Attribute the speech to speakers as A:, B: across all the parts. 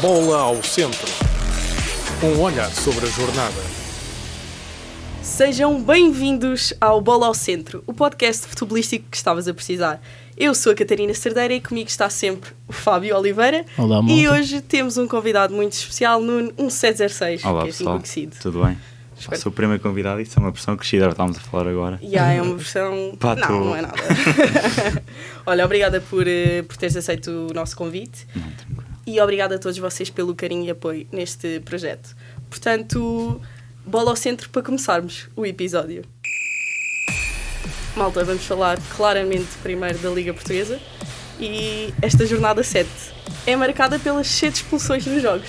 A: Bola ao centro. Um olhar sobre a jornada.
B: Sejam bem-vindos ao Bola ao Centro, o podcast futebolístico que estavas a precisar. Eu sou a Catarina Cerdeira e comigo está sempre o Fábio Oliveira.
C: Olá,
B: E
C: malta.
B: hoje temos um convidado muito especial, Nuno 1706,
D: Olá
B: que é assim
D: pessoal,
B: conhecido.
D: tudo bem?
B: Espero-
D: Sou o primeiro convidado e isso é uma pressão crescida, era o que estávamos a falar agora.
B: E há é uma versão.
D: Pá,
B: não,
D: tô-
B: não é nada. Olha, obrigada por, eh, por teres aceito o nosso convite
D: Não, tranquilo.
B: e obrigada a todos vocês pelo carinho e apoio neste projeto. Portanto, bola ao centro para começarmos o episódio. Malta, vamos falar claramente primeiro da Liga Portuguesa e esta jornada 7 é marcada pelas 7 expulsões nos jogos.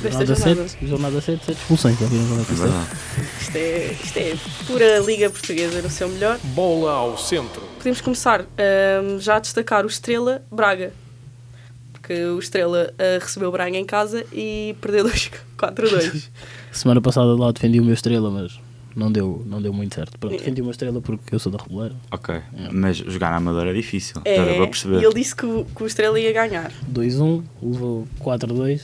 B: Desta
C: Jornada
B: jornada.
C: 7, jornada 7, 7 expulsões. Já viram jornada
D: É
C: 7?
D: verdade.
B: Isto é, isto é pura Liga Portuguesa no seu melhor.
A: Bola ao centro.
B: Podemos começar hum, já a destacar o Estrela Braga. Porque o Estrela ah, recebeu o Braga em casa e perdeu dois- 4-2.
C: Semana passada lá defendi o meu estrela, mas não deu, não deu muito certo. Pronto,
B: É.
C: defendi o meu estrela porque eu sou da Reboleira.
D: Ok, mas jogar na Amadora é difícil,
B: É,
D: já deu para
B: e
D: perceber.
B: ele disse que o, que o Estrela ia ganhar.
C: 2-1, levou 4-2.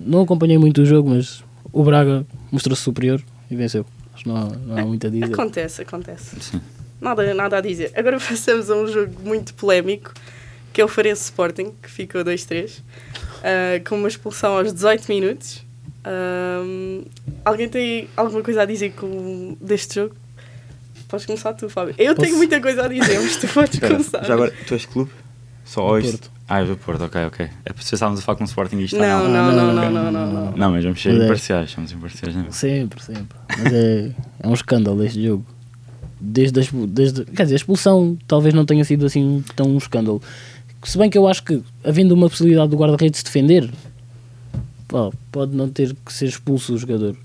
C: Não acompanhei muito o jogo, mas o Braga mostrou-se superior e venceu. Acho que não há, não há muito a dizer.
B: Acontece, acontece.
D: Sim.
B: Nada, nada a dizer. Agora passamos a um jogo muito polémico, que é o Farense Sporting, que ficou 2-3, ah, com uma expulsão aos 18 minutos. Ahm, alguém tem alguma coisa a dizer com, deste jogo? Podes começar tu, Fábio. Eu
C: Posso?
B: tenho muita coisa a dizer, mas tu podes
D: Espera,
B: começar.
D: já agora, tu és clube? Só
C: Do
D: hoje?
C: Porto.
D: Ah, é do Porto, ok, ok. É para estávamos a falar com um Sportingista,
B: Não,
D: não?
B: não,
C: Ah,
B: não, não,
C: não, não,
B: não, não.
C: não,
B: não.
D: Não, mas vamos ser
C: Mas é.
D: imparciais, somos imparciais, não é?
C: Sempre, sempre. Mas é, é um escândalo este jogo. Desde a, expu- desde, quer dizer, a expulsão talvez não tenha sido assim tão um escândalo. Se bem que eu acho que, havendo uma possibilidade do guarda-redes se defender, pá, pode não ter que ser expulso o jogador.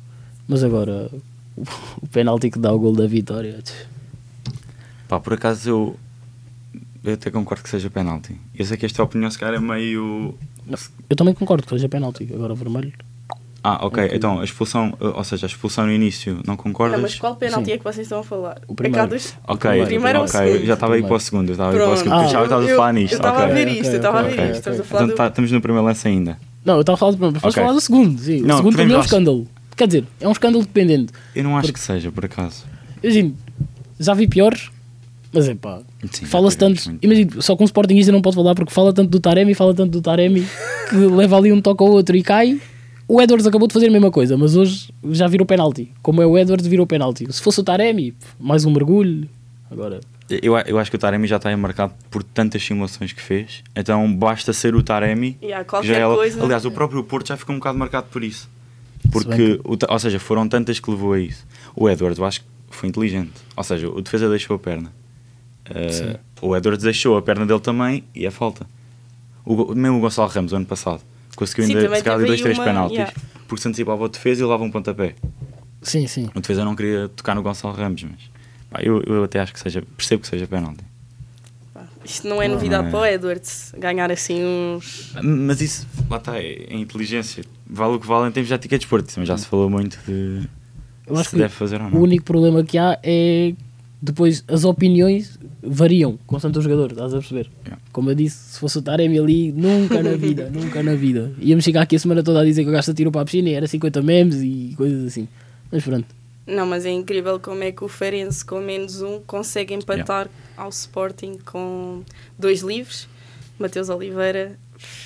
C: Mas agora, o, o penalti que dá o gol da vitória. tch,
D: Pá, por acaso eu. Eu até concordo que seja penalti. Eu sei que esta opinião, se calhar, é meio.
C: Eu também concordo que seja penalti. Agora, vermelho.
D: Ah, ok,
C: Ok.
D: então a expulsão, ou seja, a expulsão no início, não concordas?
B: Não, mas qual penalti
C: Sim.
B: é que vocês estão a falar?
C: O primeiro.
B: É cá dos...
D: Ok,
C: Primeiro.
B: Primeiro ou
D: ok,
B: segundo?
D: eu já estava aí para o segundo, eu estava aí para o
B: Pronto.
D: segundo, porque já
C: Ah,
D: estavas a
B: eu-
D: falar nisto.
B: Eu estava
D: ok.
B: a ver
C: Ok,
B: isto, eu estava a ver
C: ok,
B: isto. Estamos a
C: ok.
B: falar
D: Então
B: do...
D: tá- estamos no primeiro lance ainda.
C: Não, eu estava a falar do primeiro. Vamos
D: Ok.
C: falar do segundo. Sim,
D: Não,
C: o segundo também é um
D: podemos-
C: escândalo. Quer dizer, é um escândalo dependente.
D: Eu não acho que seja, por acaso.
C: Imagino, já vi piores, mas é pá.
D: Sim,
C: Fala-se
D: já tivemos
C: tanto.
D: muito.
C: Imagino, só com um Sportingista não pode falar porque fala tanto do Taremi, fala tanto do Taremi que leva ali um toque ao outro e cai. O Edwards acabou de fazer a mesma coisa, mas hoje já virou penalti. Como é o Edwards, virou penalti. Se fosse o Taremi, pff, mais um mergulho. Agora,
D: Eu, eu acho que o Taremi já está aí marcado por tantas simulações que fez, então basta ser o Taremi.
B: Yeah,
D: que
B: qualquer
D: já ela-
B: coisa.
D: Aliás, o próprio Porto já ficou um bocado marcado por isso.
C: bem
D: Porque, o Ta- ou seja, foram tantas que levou a isso. O Edwards, eu acho que foi inteligente. Ou seja, o defesa deixou a perna. Uh,
C: Sim.
D: o Edwards deixou a perna dele também e é falta. O, Go- mesmo o Gonçalo Ramos, ano passado, conseguiu
B: Sim,
D: ainda
B: também
D: se calhar,
B: teve
D: dois,
B: aí
D: três
B: uma-
D: penaltis.
B: yeah.
D: Porque se antecipava o defesa e levava um pontapé.
C: sim, sim.
D: O defesa não queria tocar no Gonçalo Ramos, mas pá, eu, eu até acho que seja, percebo que seja penalti.
B: Pá, Isto não é
D: Não,
B: novidade
D: não é.
B: para o Edwards ganhar assim uns.
D: Mas isso, lá está, é, é inteligência. Vale o que vale em termos de ética de desporto, mas já se falou muito de
C: Eu acho
D: se
C: que
D: deve fazer ou não.
C: O único problema que há é depois as opiniões variam constante o jogador, estás a perceber?
D: Yeah.
C: Como eu disse, se fosse o Taremi ali, nunca na vida, nunca na vida. Íamos chegar aqui a semana toda a dizer que o gajo tirou para a piscina e era 50 memes e coisas assim. Mas pronto,
B: Não, mas é incrível como é que o Farense com menos um consegue empatar ao Sporting com dois livres. Mateus Oliveira,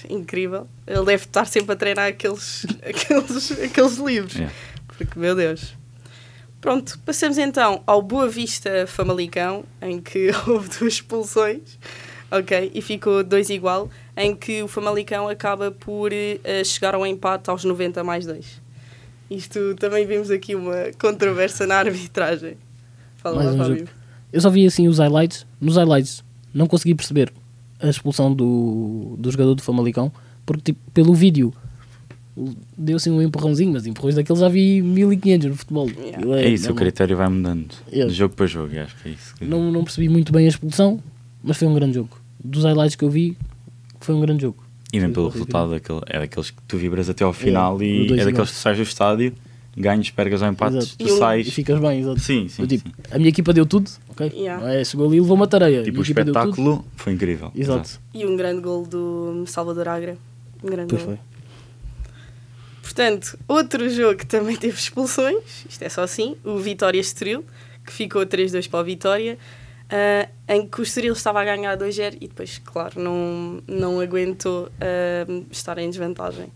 B: incrível. Ele deve estar sempre a treinar aqueles, aqueles, aqueles livros.
D: Yeah.
B: Porque, meu Deus. Pronto, passamos então ao Boa Vista Famalicão, em que houve duas expulsões, ok? E ficou dois igual, em que o Famalicão acaba por eh, chegar ao empate aos 90 mais 2. Isto também vimos aqui uma controvérsia na arbitragem. Fala
C: Mais
B: lá,
C: um
B: Fábio.
C: jogo. eu só vi assim os highlights. Nos highlights não consegui perceber a expulsão do, do jogador do Famalicão, porque tipo, pelo vídeo deu assim um empurrãozinho, mas empurrões daqueles já vi 1500 no futebol.
B: Yeah.
C: Ele
D: É isso,
C: não-
D: o critério vai mudando
C: Yeah.
D: de jogo para jogo, eu acho que é isso. que-
C: não, não percebi muito bem a expulsão, mas foi um grande jogo. Dos highlights que eu vi, foi um grande jogo.
D: E mesmo pelo
C: Foi
D: resultado, daquele, é daqueles que tu vibras até ao final
C: Yeah, o
D: e
C: dois
D: é
C: igual.
D: daqueles que tu sais do estádio, ganhas, pergas ou empates,
C: Exato.
D: tu
B: E um-
D: sais.
C: E ficas bem, exato.
D: Sim, sim,
C: Eu, tipo,
D: sim.
C: A minha equipa deu tudo, ok?
B: Yeah.
C: Não é, chegou ali e levou uma tareia. a
D: Tipo,
C: minha
D: o
C: equipa deu tudo.
D: espetáculo foi incrível.
C: Exato.
B: E um grande gol do Salvador Agra. Um grande
C: Pois
B: gol.
C: foi.
B: Portanto, outro jogo que também teve expulsões, isto é só assim, o Vitória Estoril, que ficou 3-2 para o Vitória, ah, em que o Estoril estava a ganhar 2-0 e depois, claro, não, não aguentou ah, estar em desvantagem.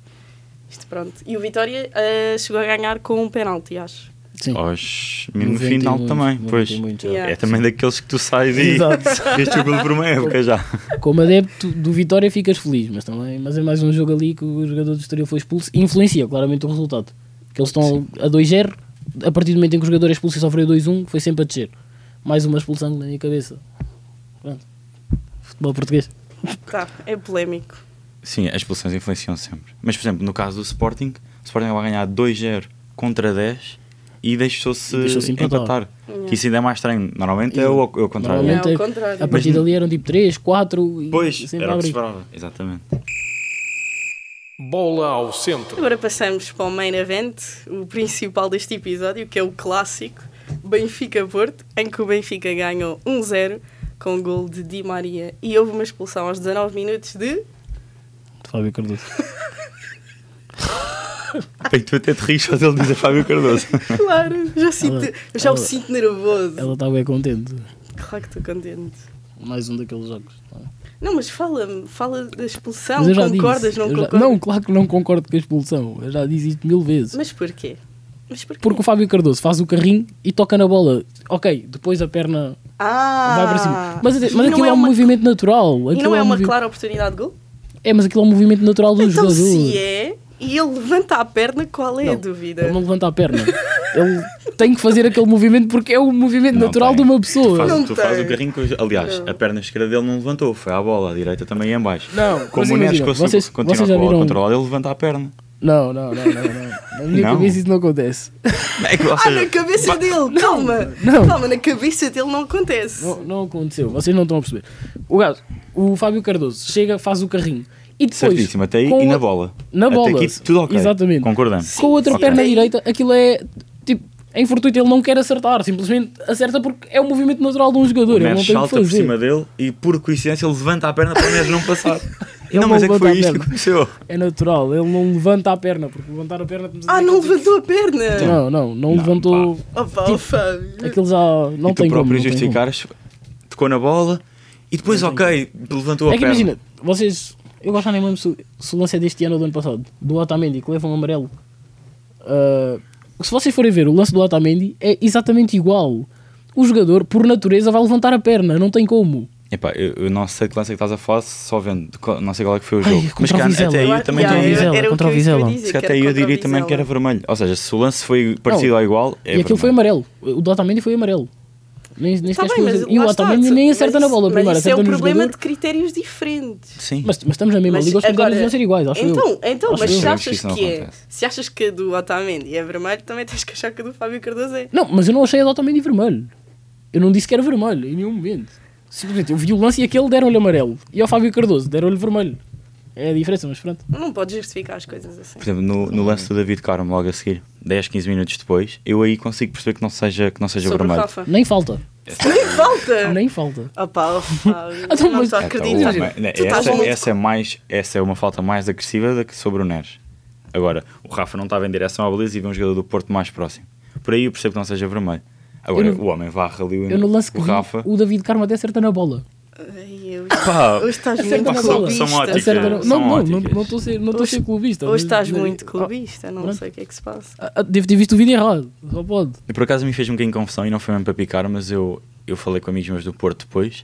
B: Isto pronto. E o Vitória ah, chegou a ganhar com um penalti, acho.
C: Sim.
D: Aos, mesmo no
C: 90 e
D: final
C: muitos,
D: também,
C: 90 e
D: pois.
C: muitos, é.
B: Yeah.
D: É também daqueles que tu sais e
C: Exato.
D: este jogo por uma época já.
C: Como adepto do Vitória ficas feliz, mas também mas é mais um jogo ali que o jogador do Estoril foi expulso e influencia claramente o resultado. Que eles estão a 2-0, a partir do momento em que o jogador é expulso e sofreu 2-1, foi sempre a descer. Mais uma expulsão na minha cabeça. Pronto. Futebol português.
B: Tá, é polémico.
D: Sim, as expulsões influenciam sempre. Mas, por exemplo, no caso do Sporting, o Sporting vai ganhar 2-0 contra 10 e deixou-se
C: E deixou-se empatar.
D: empatar. Que isso ainda é mais estranho. Normalmente é o, é o contrário.
B: Normalmente-
C: Normalmente,
B: É, ao contrário.
C: a partir
D: Mas-
C: dali eram tipo 3, 4 e
D: Pois,
C: sempre
D: era
C: a
D: o que
C: abrir.
D: se esperava. Exatamente.
A: Bola ao centro.
B: Agora passamos para o main event, o principal deste episódio, que é o clássico Benfica-Porto, em que o Benfica ganhou 1-0 com o gol de Di Maria e houve uma expulsão aos 19 minutos de...
C: De Fábio Cardoso.
D: Bem, tu até te rires quando ele diz a Fábio Cardoso.
B: Claro, já, sinto,
C: Ela- é
B: eu já o
C: ela-
B: sinto nervoso.
C: Ela estava bem contente.
B: Claro que estou contente.
C: Mais um daqueles jogos.
B: Não, mas fala-me, fala da expulsão,
C: Mas eu já
B: concordas,
C: disse,
B: não
C: eu já-
B: concordas?
C: Não, claro que não concordo com a expulsão. Eu já disse isto mil vezes.
B: Mas porquê? Mas porquê?
C: Porque o Fábio Cardoso faz o carrinho e toca na bola. Ok, depois a perna
B: Ah!
C: vai para cima. Mas, mas
B: E não
C: aquilo é, um
B: uma-
C: movimento natural.
B: E
C: Aquilo
B: não é
C: um
B: uma
C: movi-
B: clara oportunidade de gol?
C: É, mas aquilo é um movimento natural do
B: Então
C: jogador.
B: se é, e ele levanta a perna, qual é a
C: Não,
B: dúvida?
C: Ele não levanta a perna. Ele tem que fazer aquele movimento porque é o movimento
D: Não
C: natural
D: tem.
C: de uma pessoa.
D: Tu fazes,
B: Não
D: tu fazes
B: tem.
D: o carrinho. com- Aliás, a perna esquerda dele não levantou, foi à bola, a direita também ia em baixo.
C: Não, mas
D: Como o Neres
C: imagina,
D: conseguiu
C: vocês-
D: continuar
C: vocês já
D: com a bola
C: viram-
D: controlada, ele levanta a perna.
C: Não, não, não, não, não. Na minha
D: Não.
C: cabeça isso não acontece.
D: É que, ou
B: Ah,
D: seja,
B: na cabeça dele, calma!
C: não.
B: Calma, na cabeça dele não acontece.
C: Não, não aconteceu, vocês não estão a perceber. O gajo, o Fábio Cardoso, chega, faz o carrinho e depois.
D: certíssimo, até aí
C: com
D: e
C: a-
D: na bola.
C: Na
D: até
C: bola.
D: Aqui, tudo ok.
C: Exatamente.
D: Concordamos.
C: Com a outra
B: Sim,
C: perna
B: sim.
C: direita, aquilo é tipo. É infortuito, ele não quer acertar, simplesmente acerta porque é o movimento natural de um jogador.
D: O
C: Ele não
D: Neres
C: tem o que
D: salta por
C: fazer.
D: cima dele e, por coincidência, ele levanta a perna para o Neres não passar.
C: Ele
D: não, mas
C: não
D: é que foi
C: levanta a
D: isto que
C: perna.
D: aconteceu.
C: É natural, ele não levanta a perna, porque levantar a perna.
B: Ah, não levantou a perna!
D: Então,
C: Não, não, não levantou.
B: Opa,
C: Tipo,
B: o Fábio.
C: Aquilo já não
D: e tu
C: tem como.
D: próprio
C: não tem
D: justificares, tocou na bola e depois, ok, levantou
C: como.
D: a
C: É que
D: perna.
C: imagina, vocês. Eu gosto nem mesmo se, se o lance é deste ano ou do ano passado, do Otamendi, que leva um amarelo. Ah, se vocês forem ver o lance do Otamendi, é exatamente igual. O jogador, por natureza, vai levantar a perna, não tem como.
D: Epá, eu, eu não sei que lance é que estás a falar, só vendo, qual- não sei qual é que foi o
C: Ai,
D: jogo.
C: contra
D: mas
C: o
D: cá,
C: Vizela.
D: até aí eu
B: acho-
D: também um
B: yeah,
D: estou a dizer.
B: era- era
E: Vizela,
B: o que
E: contra o
B: eu ia
E: Vizela.
B: dizer,
D: Se
B: que
D: calhar
B: era
D: até aí eu
B: contra o
D: diria também
B: Vizela.
D: que era vermelho. Ou seja, se o lance foi parecido
C: Não,
D: ao igual, é
C: e aquilo foi
D: vermelho.
C: amarelo. O do Otamendi foi amarelo. Nem, nem
B: Tá
C: sequer
B: bem, mas
C: expulsa. E o
B: lá está,
C: Otamendi um nem
B: mas
C: acerta na
B: isso-
C: bola primeiro.
B: Mas isso é
C: acerta
B: um
C: no
B: problema
C: jogador.
B: de critérios diferentes.
D: Sim.
C: Mas, mas estamos na mesma liga, os
B: agora-
C: critérios vão ser iguais, acho
B: então,
C: eu.
B: Então,
C: Acho
B: mas
C: eu.
B: se
D: Sabemos que
B: achas
D: isso não
B: que é,
D: acontece.
B: se achas que a do Otamendi é vermelho, também tens que achar que a do Fábio Cardoso é.
C: Não, mas eu não achei a do Otamendi vermelho. Eu não disse que era vermelho em nenhum momento. Simplesmente eu vi o lance e aquele deram-lhe amarelo. E ao Fábio Cardoso deram-lhe vermelho. É a diferença, mas pronto.
B: Não podes justificar as coisas assim.
D: Por exemplo, no, no lance do David Carmo, logo a seguir, 10, 15 minutos depois, eu aí consigo perceber que não seja, que não seja
B: Sobre o
D: vermelho.
B: Rafa.
C: Nem falta.
B: Nem falta!
C: Nem falta.
B: Opa, Fábio,
C: Então,
B: não
C: mas-
B: estou a
D: É, tá,
B: acreditar.
D: uma- né,
B: Tu estás
D: essa,
B: muito-
D: essa é mais, essa é uma falta mais agressiva da que sobre o Neres. Agora, o Rafa não estava em direção à beleza e vê um jogador do Porto mais próximo. Por aí eu percebo que não seja vermelho. Agora,
C: Eu não-
D: o homem varra ali o,
C: Eu no lance que
D: o
C: vi,
D: Rafa.
C: o David Carmo até acerta na bola.
B: Ai, eu-
D: Pá,
B: Hoje estás
C: acerta
B: muito
C: na bola.
B: clubista.
D: São óticas.
C: Acerta na...
D: são
C: Não, não, não
D: óticas.
C: não estou a ser- não estou a ser clubista. mas-
B: Hoje estás
C: mas-
B: muito
C: Ah,
B: clubista, não
C: pronto.
B: sei o que é que se passa.
C: ah, ah, Devo ter visto o vídeo errado. Só pode.
D: E por acaso me fez um bocadinho de confusão e não foi mesmo para picar, mas eu, eu falei com amigos meus do Porto depois.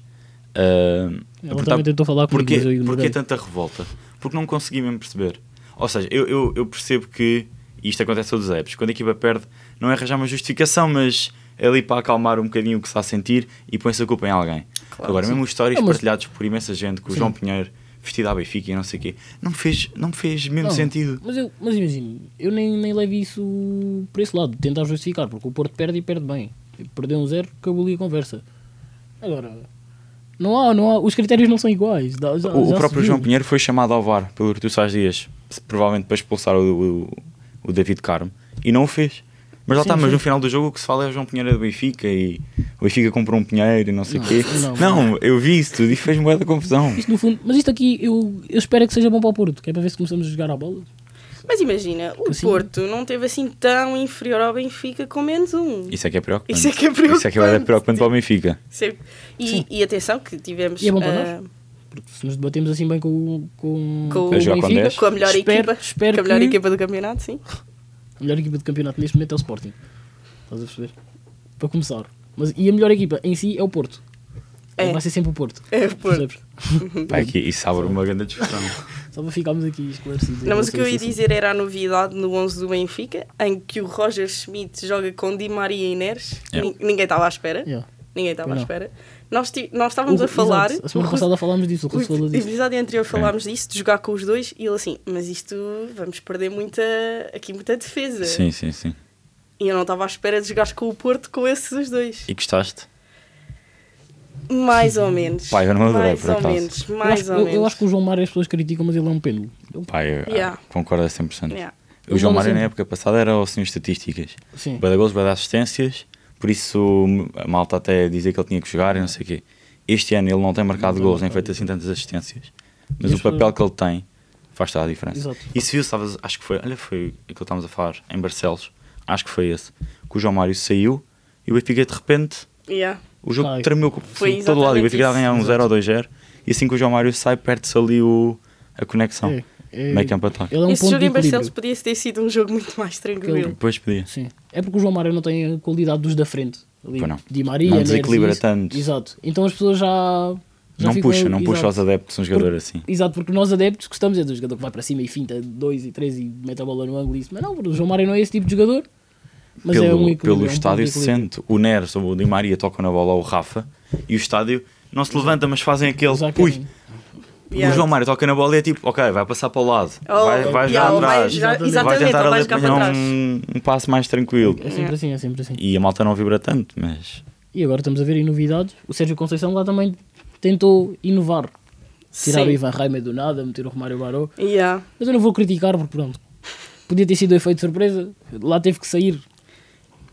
D: ah, a
C: Ela
D: perguntar
C: também tentou falar comigo,
D: porquê,
C: mas eu ignorei.
D: porquê é tanta revolta? Porque não consegui mesmo perceber. Ou seja, eu, eu, eu percebo que e isto acontece a todos os apps. Quando a equipa perde, não é arranjar uma justificação, mas é ali para acalmar um bocadinho o que se está a sentir e põe-se a culpa em alguém. Agora, mesmo os histórias
C: Não, mas-
D: partilhados por imensa gente, com o João Pinheiro vestido à Benfica e não sei o quê, não me fez, não me fez mesmo
C: Não,
D: sentido.
C: Mas, eu- mas imagino, eu nem, nem levo isso para esse lado, de tentar justificar, porque o Porto perde e perde bem. Perdeu um zero, acabou ali a conversa. Agora, não há, não há, os critérios não são iguais. dá- já-
D: O, o
C: já se
D: próprio
C: viu.
D: João Pinheiro foi chamado ao VAR pelo Artur Sá Dias, se- provavelmente para expulsar o, o, o David Carmo, e não o fez. Mas lá
C: Sim,
D: está, mas
C: sim.
D: no final do jogo o que se fala é o João Pinheiro é do Benfica e o Benfica comprou um Pinheiro e não sei o
C: Não,
D: quê.
C: não.
D: Não, eu vi isso tudo e fez-me bué da confusão.
C: Isto no fundo, mas isto aqui eu, eu espero é que seja bom para o Porto, que é para ver se começamos a jogar à bola.
B: Mas imagina, o
C: Assim.
B: Porto não teve assim tão inferior ao Benfica com menos um.
D: Isso é que é preocupante.
B: Isso é que é preocupante.
D: Isso é que é preocupante para o Benfica.
B: Sim. é- E,
C: Sim.
B: e atenção que tivemos
C: E é bom para
B: ah,
C: Porque se nos debatemos assim bem com, com,
B: Com-
C: o
B: A jogar
D: com
C: Benfica,
D: 10?
B: com a melhor
C: espero,
B: equipa,
C: espero
B: com a melhor
C: que
B: equipa do campeonato, sim.
C: a melhor equipa do campeonato neste momento é o Sporting. Estás a perceber? Para começar. Mas, e a melhor equipa em si é o Porto.
B: É.
C: E Vai ser sempre o Porto.
B: É o Porto.
C: Percebes?
D: Pá, aqui, isso abre uma grande discussão.
C: Só para ficarmos aqui esclarecidos.
B: Não, mas o que eu ia
C: Assim.
B: dizer era a novidade no 11 do Benfica, em que o Roger Schmidt joga com Di Maria e Neres.
D: Yeah.
B: Nin- Ninguém estava à
D: É.
B: espera.
C: Yeah.
B: Ninguém estava à
C: Não.
B: espera. Nós, ti- nós estávamos
C: O-
B: a falar.
C: exato. A
B: o
C: semana
B: Ru-
C: passada falámos disso, o
B: O
C: Russo falou
B: ep-
C: disso.
B: episódio anterior falámos disso, de jogar com os dois, e ele assim, mas isto vamos perder muita aqui muita defesa.
D: sim, sim, sim.
B: E eu não estava à espera de jogar com o Porto com esses os dois.
D: E gostaste?
B: Mais ou menos.
D: Pá, eu não adorei,
B: mais
D: por
B: ou
D: acaso.
B: menos,
C: Eu
B: mais
C: acho-
B: ou
C: eu,
B: menos.
C: eu acho que o João Mário as pessoas criticam, mas ele é um pêndulo. Ele-
D: Pá, eu
B: Yeah.
D: ah, concordo a 100%.
B: Yeah.
D: O João
C: Mas,
D: Mário,
C: assim,
D: na época passada, era o senhor de estatísticas.
C: Sim.
D: Vai dar gols, vai dar assistências. Por isso, a malta até dizia que ele tinha que jogar e não sei o quê. Este ano ele não tem marcado
C: tem
D: gols, nem
C: marcado.
D: feito assim tantas assistências. Mas
C: E
D: o
C: as pessoas-
D: papel que ele tem faz toda a diferença.
C: Exato.
D: E se viu, estavas- acho que foi, olha, foi aquilo que estávamos a falar em Barcelos. Acho que foi esse. Que o João Mário saiu e o Benfica, de repente,
B: Yeah.
D: o jogo
C: Cai.
D: tremeu com-
B: Foi
D: por todo lado. E o
B: exatamente
D: Benfica estava a ganhar um
C: isso.
D: 0 ou 2-0. E assim que o João Mário sai, perde-se ali o, a conexão.
C: É, é-
D: Meio campo ataque.
C: Ele é um
B: Esse
C: ponto
B: jogo
C: de
B: em Barcelos
C: equilíbrio.
B: podia ter sido um jogo muito mais tranquilo.
D: Depois podia.
C: Sim. É porque o João Mário não tem a qualidade dos da frente. Ali,
D: Pois não.
C: Di Maria,
D: Não
C: Neres e
D: desequilibra
C: isso.
D: tanto.
C: Exato. Então as pessoas já. já
D: Não
C: ficam-
D: puxa, não puxa
C: exato.
D: aos adeptos que são jogador assim.
C: Exato, porque nós adeptos gostamos é do jogador que vai para cima e finta 2 e 3 e mete a bola no ângulo e isso. Mas não, o João Mário não é esse tipo de jogador. Mas
D: pelo,
C: é um equilíbrio, é um
D: pelo
C: ponto de
D: estádio se
C: equilíbrio.
D: sente. O Neres ou o Di Maria tocam na bola ao Rafa e o estádio não se levanta, mas fazem aquele.
C: Já que-
D: Ui, o
B: Yeah.
D: João Mário toca na bola e é tipo, ok, vai passar para o lado,
B: Ou-
D: vai, vai
B: yeah,
D: já
B: ou vai
D: atrás,
B: já-
D: vai
B: exatamente,
D: tentar
B: ou vai
D: ali
B: jogar para
D: apanhar
B: trás.
D: um, um passo mais tranquilo.
C: É sempre assim, é sempre assim.
D: E a malta não vibra tanto, mas
C: E agora estamos a ver aí novidades. O Sérgio Conceição lá também tentou inovar. Tirar
B: Sim.
C: o Ivan Raima do nada, meter o Romário Baró.
B: Yeah.
C: Mas eu não vou criticar porque pronto. Podia ter sido um efeito de surpresa. Lá teve que sair.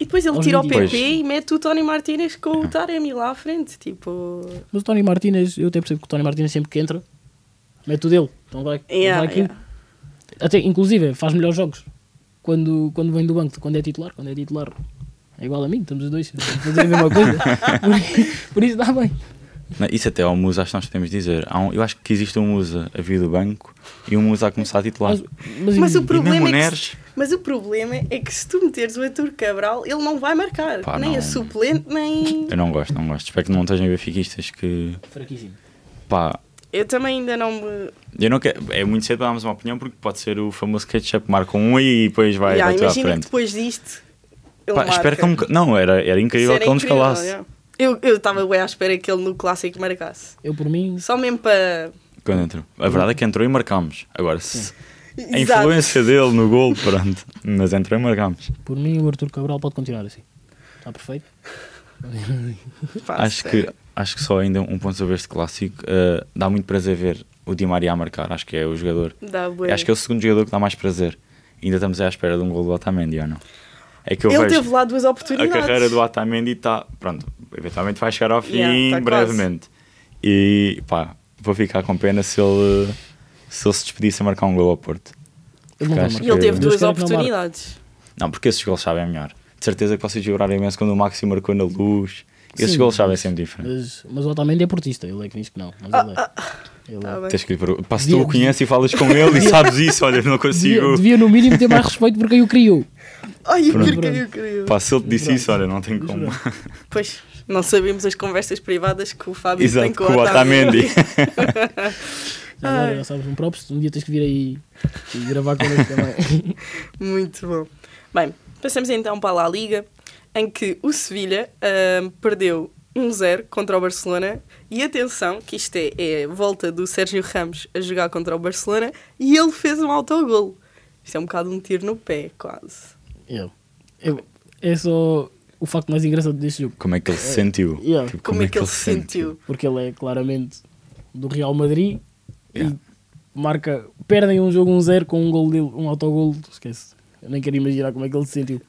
B: E depois ele
C: Aos
B: tira o
C: 20.
B: PP
D: Pois.
B: e mete o Tony Martínez com o Taremi lá à frente. Tipo,
C: Mas o Tony Martínez, eu até percebo que o Tony Martínez sempre que entra, mete o dele. Então vai,
B: Yeah,
C: vai aquilo.
B: yeah.
C: Até, inclusive, faz melhores jogos. Quando, quando vem do banco, quando é titular, quando é titular. É igual a mim, estamos os dois. Estamos a fazer a mesma coisa. Por, por isso dá bem.
D: Não, isso até ao Musa acho que nós podemos dizer. Há um- eu acho que existe um Musa a vir do banco e um Musa a começar a titular.
C: Mas, mas,
B: Mas o,
D: pro-
B: problema
D: mesmo o
B: é que,
D: Neres?
B: se- mas o problema é que se tu meteres o Arthur Cabral, ele não vai marcar.
D: Pá,
B: nem
D: não. é.
B: a suplente, nem.
D: Eu não gosto, não gosto. Espero que não estejam benfiquistas que
C: Fraquíssimo.
D: pá,
B: Eu também ainda não me.
D: Eu não quero, é muito cedo para darmos uma opinião porque pode ser o famoso ketchup marca um e depois vai
B: Yeah,
D: vai tudo à
B: imagina que
D: frente.
B: depois disto. Ele
D: Pá,
B: marca.
D: espero que ele me... Não, era, era
B: Isso
D: incrível
B: era
D: que ele nos
B: incrível,
D: calasse.
B: yeah. Eu eu estava bem à espera que ele no clássico marcasse.
C: Eu, por mim,
B: Só mesmo para.
D: Quando entrou. A verdade é que entrou e marcámos. Agora, se a
B: Exato.
D: influência dele no gol, pronto. Mas entrou e marcámos.
C: por mim, o Arthur Cabral pode continuar assim. Está perfeito.
B: Pá,
D: Acho
B: sério.
D: que, acho que só ainda um ponto sobre este clássico. eh, dá muito prazer ver o Di Maria a marcar. Acho que é o jogador.
B: Dá bué.
D: Acho que é o segundo jogador que dá mais prazer. Ainda estamos à espera de um gol do Otamendi ou não? É que eu
B: Ele
D: vejo...
B: teve lá duas
D: a
B: oportunidades.
D: carreira do Otamendi está. Pronto, eventualmente vai chegar ao fim
B: Yeah, tá
D: brevemente. E pá, vou ficar com pena se ele se, ele se despedisse a marcar um gol ao Porto.
C: Ele não
D: Porque
C: vai
D: acho
C: marcar.
B: E ele teve
D: Eu
B: duas
C: espero que não marque.
B: oportunidades.
D: Não, porque esses gols sabem melhor. De certeza que vocês vibraram imenso quando o Maxi marcou na luz. Esses
C: Sim,
D: gols sabem
C: mas-
D: sempre diferente.
C: Mas, mas o Otamendi é portista, ele é que diz que não. Mas ele é. Ele é.
B: Tá bem.
D: Tens que lhe perguntar. Pá, se tu
C: Devia-
D: o conheces e falas com ele e sabes isso, olha,
C: Devia,
D: não consigo.
C: devia, no mínimo, ter mais respeito por quem o criou.
B: Ai, eu
D: Pronto.
B: queria, eu queria.
D: Pá, se ele te disse isso, olha, não tem como.
B: Pois, não sabemos as conversas privadas que o Fábio tem
D: Exato,
B: com
D: com o Otamendi.
C: Já agora, já sabes, um props, um dia tens que vir aí e gravar connosco também.
B: Muito bom. Bem, passamos então para a La Liga, em que o Sevilha ahm, perdeu 1-0 contra o Barcelona. E atenção, que isto é, é a volta do Sérgio Ramos a jogar contra o Barcelona e ele fez um autogolo. Isto é um bocado um tiro no pé, quase.
C: Eu. Eu- é só o facto mais engraçado deste jogo.
D: Como é que ele se sentiu?
C: Yeah.
D: Tipo,
B: Como, é que ele se sentiu?
C: Porque ele é claramente do Real Madrid
D: Yeah.
C: e marca. Perdem um jogo 1-0 com um gol dele, um autogol. Esquece. Eu nem quero imaginar como é que ele se sentiu.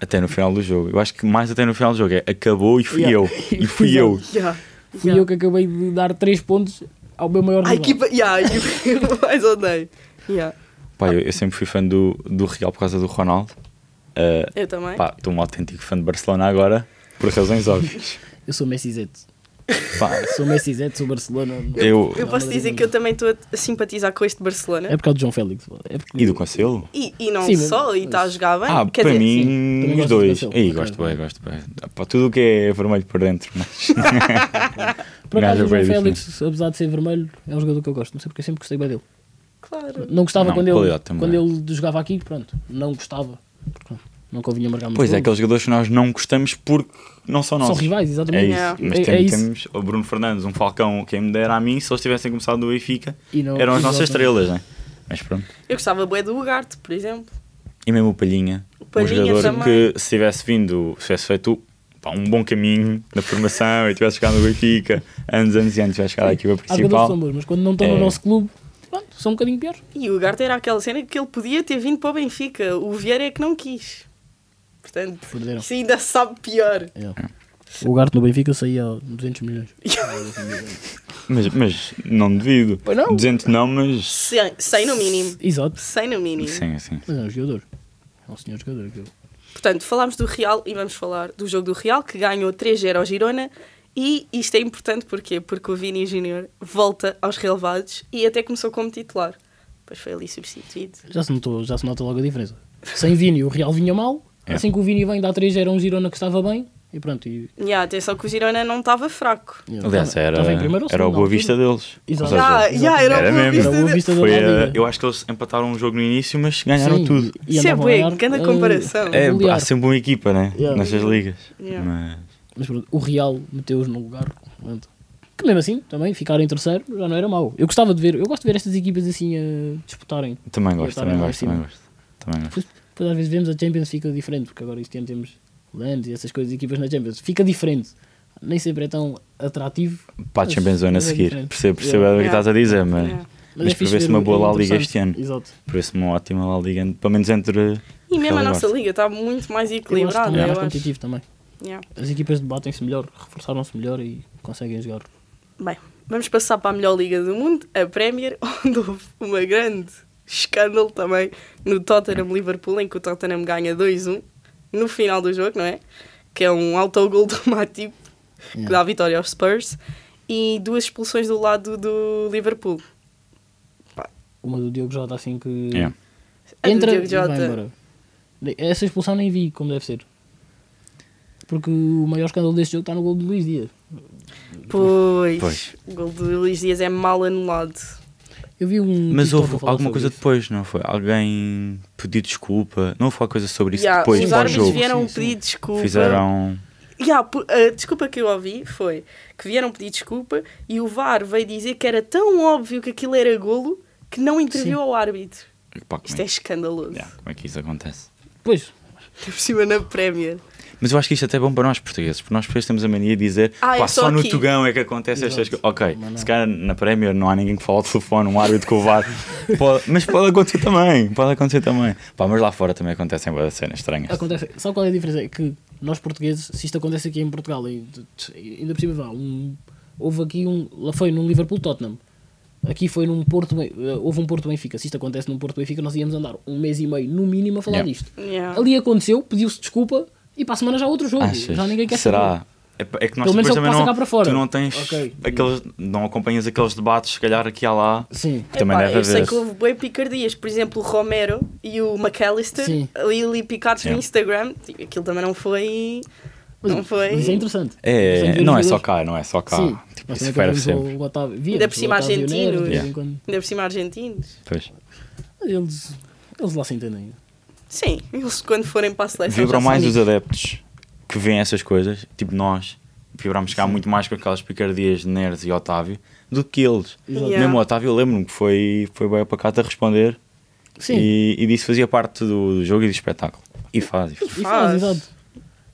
D: Até no final do jogo. Eu acho que mais até no final do jogo é acabou e fui
C: Yeah.
D: eu. E fui eu.
B: Yeah,
C: Fui
B: yeah.
C: eu que acabei de dar 3 pontos ao meu maior
B: A
C: rival.
B: equipa, yeah, a equipa que eu mais odeio. Yeah.
D: Pá, eu, eu sempre fui fã do, do Real por causa do Ronaldo. Ah,
B: Eu também.
D: pá, estou um autêntico fã de Barcelona agora, por razões óbvias.
C: Eu sou Messi Zete.
D: Pá,
C: Sou Messi Zete, sou Barcelona.
D: eu.
B: Eu posso dizer que eu também estou a simpatizar com este Barcelona.
C: É por causa do João Félix. pá. É porque...
D: E do Cancelo?
B: E, e não
C: Sim, mas-
B: só, e está a jogar bem.
D: Ah,
B: Quer
D: para
B: dizer,
C: sim, também
D: mim, os
C: gosto do
D: dois.
C: Cancelo,
D: Aí,
C: por
D: gosto
C: acaso.
D: bem, gosto bem. Pá, tudo o que é vermelho por dentro, mas.
C: Por acaso,
D: Gajo é
C: o João
D: bem
C: Félix, apesar de ser vermelho, é um jogador que eu gosto. Não sei porque eu sempre gostei bem dele.
B: Claro.
C: Não gostava
D: Não,
C: quando,
D: qualidade
C: ele,
D: também.
C: quando ele jogava aqui, pronto. Não gostava. Porque não convinha marcar muito.
D: Pois é, aqueles jogadores que nós não gostamos porque não são
C: São
D: nossos.
C: rivais,
D: É
C: exatamente.
D: isso.
B: Yeah.
D: Mas
C: É-
D: tem-
C: é isso.
D: temos o Bruno Fernandes, um Falcão, quem me dera a mim, se eles tivessem começado no Benfica,
C: E não-
D: eram as nossas
C: exatamente.
D: estrelas, né? Mas pronto.
B: Eu gostava bué do Ugarte, por exemplo.
D: E mesmo o Palhinha, um
B: Palhinha
D: jogador
B: também.
D: que se tivesse vindo, se tivesse feito pá, um bom caminho na formação e tivesse chegado no Benfica, anos, anos e anos, tivesse chegado à equipa
C: Há jogadores que são
D: principal.
C: bons, mas quando não estão
D: É.
C: no nosso clube, pronto, são um bocadinho piores.
B: E o Ugarte era aquela cena que ele podia ter vindo para o Benfica. O Vieira é que não quis. Portanto,
C: Perderam.
B: isso ainda sabe pior.
D: É.
C: O Garto no Benfica saía a 200 milhões.
D: Mas, mas não devido.
C: Pois não.
D: 200 não, mas.
B: Sem, sem no mínimo.
C: Exato.
B: Sem no mínimo.
D: Sim, sim.
C: Mas é um jogador. É um senhor jogador. aquilo.
B: Portanto, falámos do Real e vamos falar do jogo do Real, que ganhou 3-0 ao Girona. E isto é importante porquê? porque o Vini Júnior volta aos relevados e até começou como titular. Depois foi ali substituído.
C: Já, se notou, já se nota logo a diferença. Sem Vini, o Real vinha mal.
D: É.
C: Assim que o Vini vem, dá 3 era um Girona que estava bem. E pronto. E,
B: E há, atenção que o Girona não estava fraco.
C: e
D: Aliás,
C: estava-
D: era,
C: estava em primeiro ou
D: era o
C: segundo,
D: Boa
C: na
D: Vista
C: altura.
D: deles. Ou
C: Exato.
D: seja,
B: Ah, yeah, era,
D: Era
B: o Boa
D: mesmo.
C: Era
B: Vista
C: o Boa
B: de-
C: Vista da
D: Foi, eh,
C: Liga.
D: eu acho que eles empataram um jogo no início, mas ganharam
C: Sim,
D: tudo.
C: e
B: Isso é
C: andavam a
B: bué,
C: ganhar,
B: grande
C: eh,
B: comparação.
D: É,
C: golear.
D: há sempre uma equipa, né?
C: Yeah.
D: Nestas ligas.
B: Yeah.
D: Mas,
C: Mas pronto, o Real meteu-os no lugar. pronto. Que mesmo assim, também, ficar em terceiro já não era mau. Eu gostava de ver, eu gosto de ver estas equipas assim a disputarem.
D: também
C: Eu
D: gosto,
C: tava
D: também
C: lá em
D: gosto,
C: cima.
D: também gosto. Também gosto.
C: Depois, depois às vezes vemos a Champions fica diferente, porque agora este ano temos Lands e essas coisas, equipas na Champions. Fica diferente. Nem sempre é tão atrativo.
D: Pá, a Champions League a
C: mas é
D: seguir.
C: diferente.
D: Percebo, percebo
C: Yeah.
D: o que
B: Yeah.
D: estás a dizer, mas,
B: Yeah.
D: mas,
C: fixe
D: prevê-se
C: ver
D: uma
C: o-
D: boa
C: é
D: La Liga este
C: interessante.
D: ano.
C: Exato.
D: Prevê-se uma ótima La Liga, pelo menos entre.
B: E mesmo
D: Real
B: a
D: e
B: nossa
D: Barça.
B: liga está muito mais
C: Eu acho que
B: equilibrada,
C: também é mais
B: eu acho.
C: competitivo também.
B: Yeah.
C: As equipas debatem-se melhor, reforçaram-se melhor e conseguem jogar.
B: Bem, vamos passar para a melhor liga do mundo, a Premier, onde houve uma grande escândalo também no Tottenham-Liverpool, em que o Tottenham ganha 2-1 no final do jogo, não é? Que é um autogol do Matip, que dá a vitória aos Spurs, e duas expulsões do lado do Liverpool.
C: Uma do Diogo Jota assim que
D: Yeah.
B: A do
C: entra
B: Diogo
C: e
B: Jota.
C: vai embora. Ne- Essa expulsão nem vi como deve ser. Porque o maior escândalo deste jogo está no gol do Luís Dias.
B: Pois,
D: Pois.
B: o gol do Luís Dias é mal anulado.
C: Eu vi um
D: Mas
C: TikTok
D: houve
C: a falar
D: alguma
C: sobre
D: coisa
C: isso.
D: depois, não foi? Alguém pediu desculpa, não houve alguma coisa sobre isso
B: Yeah,
D: depois,
B: os
C: para o
B: árbitros
D: pós-jogo.
B: vieram
C: Sim, sim.
B: pedir desculpa.
D: Fizeram.
B: Ya, por- a desculpa que eu ouvi foi que vieram pedir desculpa e o VAR veio dizer que era tão óbvio que aquilo era golo que não interviu
C: Sim.
B: ao árbitro.
D: Pá, como,
B: Isto é
D: é...
B: escandaloso.
D: Yeah, como é que isso acontece?
C: Pois,
B: Por cima na Premier.
D: Mas eu acho que isto é até bom para nós portugueses, porque nós portugueses temos a mania de dizer
B: Ah, é
D: pá,
B: só
D: só, no
B: aqui."
D: Tugão é que acontece estas
C: Exato.
D: coisas. Ok,
C: Mas não.
D: se calhar na Premier não há ninguém que fala ao telefone, um árbitro que o VAR. Pode- mas pode acontecer também, pode acontecer também. Pá, mas lá fora também acontecem boas cenas estranhas.
C: Acontece. Sabe qual é a diferença? É que nós portugueses, se isto acontece aqui em Portugal, e, de- de- ainda por cima, vá, um, houve aqui um. Lá foi num Liverpool Tottenham. Aqui foi num Porto. Ben- eh, Houve um Porto Benfica. Se isto acontece num Porto Benfica, nós íamos andar um mês e meio, no mínimo, a falar
D: Yeah.
C: disto.
B: Yeah.
C: Ali aconteceu, pediu-se desculpa e para a semana já há outro jogo.
D: Achas?
C: Já ninguém quer saber.
D: Será? É, pa- é que nós
C: Pelo menos
D: depois
C: é o que
D: também
C: passa
D: não,
C: cá para fora.
D: tu não tens
C: Ok.
D: aqueles, não acompanhas aqueles debates, se calhar aqui há lá.
C: Sim.
D: Que também
B: Epá,
D: deve
B: eu sei
D: haver.
B: que houve bem picardias, por exemplo, o Romero e o McAllister
C: Sim.
B: ali, ali picados
D: Yeah.
B: no Instagram. Tipo, Aquilo também não foi.
C: Mas,
B: Não foi.
C: mas é interessante. Portanto,
D: É,
C: ver
D: não
C: os
D: é só
C: jogadores-
D: cá, não é só cá.
C: Sim.
D: Tipo,
C: Nós também
D: isso ferve
C: quando vimos
D: sempre.
C: o Otávio- víamos
B: Ainda por cima
C: o Otávio Neres,
B: argentinos.
C: de vez em
D: Yeah.
C: quando.
B: Ainda por cima argentinos.
D: Pois.
C: Eles, eles lá se entendem.
B: Sim, eles quando forem para a seleção.
D: Vibram
B: já são
D: mais os
B: amigos.
D: adeptos que veem essas coisas, tipo nós, vibramos cá muito mais com aquelas picardias de Nerds e Otávio do que eles.
B: Exato.
D: Mesmo
B: Yeah.
D: o Otávio, eu lembro-me que foi, foi bem para cá a responder
C: Sim.
D: e, e disse que fazia parte do, do jogo e do espetáculo. E faz, e faz.
C: E
B: Faz.
C: faz, exato.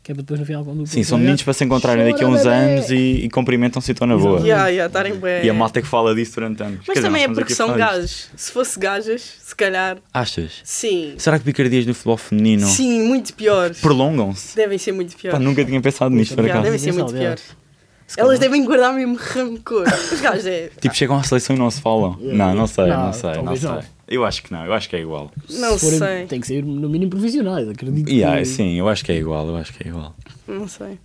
C: Que é para depois no final quando o
D: Sim,
C: Porto
D: são
C: ganhar,
D: meninos para se encontrarem daqui a uns
C: chora, bebê.
D: anos e, e cumprimentam-se e estão na boa.
B: Yeah, yeah, estarem bem.
D: E a malta que fala disso durante anos. Quer
B: Mas
D: dizer,
B: também é
D: nós estamos
B: porque
D: aqui a
B: são
D: falar disto.
B: gajos. Se fosse gajas, se calhar,
D: Achas?
B: sim.
D: Será que picardias no futebol feminino
B: Sim, muito piores.
D: prolongam-se?
B: Devem ser muito
D: Pá,
B: piores.
D: nunca tinha pensado nisto, por
C: Nunca.
B: Já,
D: acaso.
B: devem ser muito
C: Pensado,
B: piores. Elas
C: calhar.
B: devem guardar mesmo rancor. Os gajos é.
D: Tipo, chegam à seleção e não se falam.
C: Tá. Yeah.
D: Não, não sei,
C: Não,
D: não sei, não
C: talvez
D: sei.
C: não.
D: Eu acho que não, eu acho que é igual.
B: Não
C: Se forem-
B: sei.
C: Tem que sair no mínimo profissionais, acredito. que-
D: Yeah, sim, eu acho que é igual, eu acho que é igual.
B: Não sei.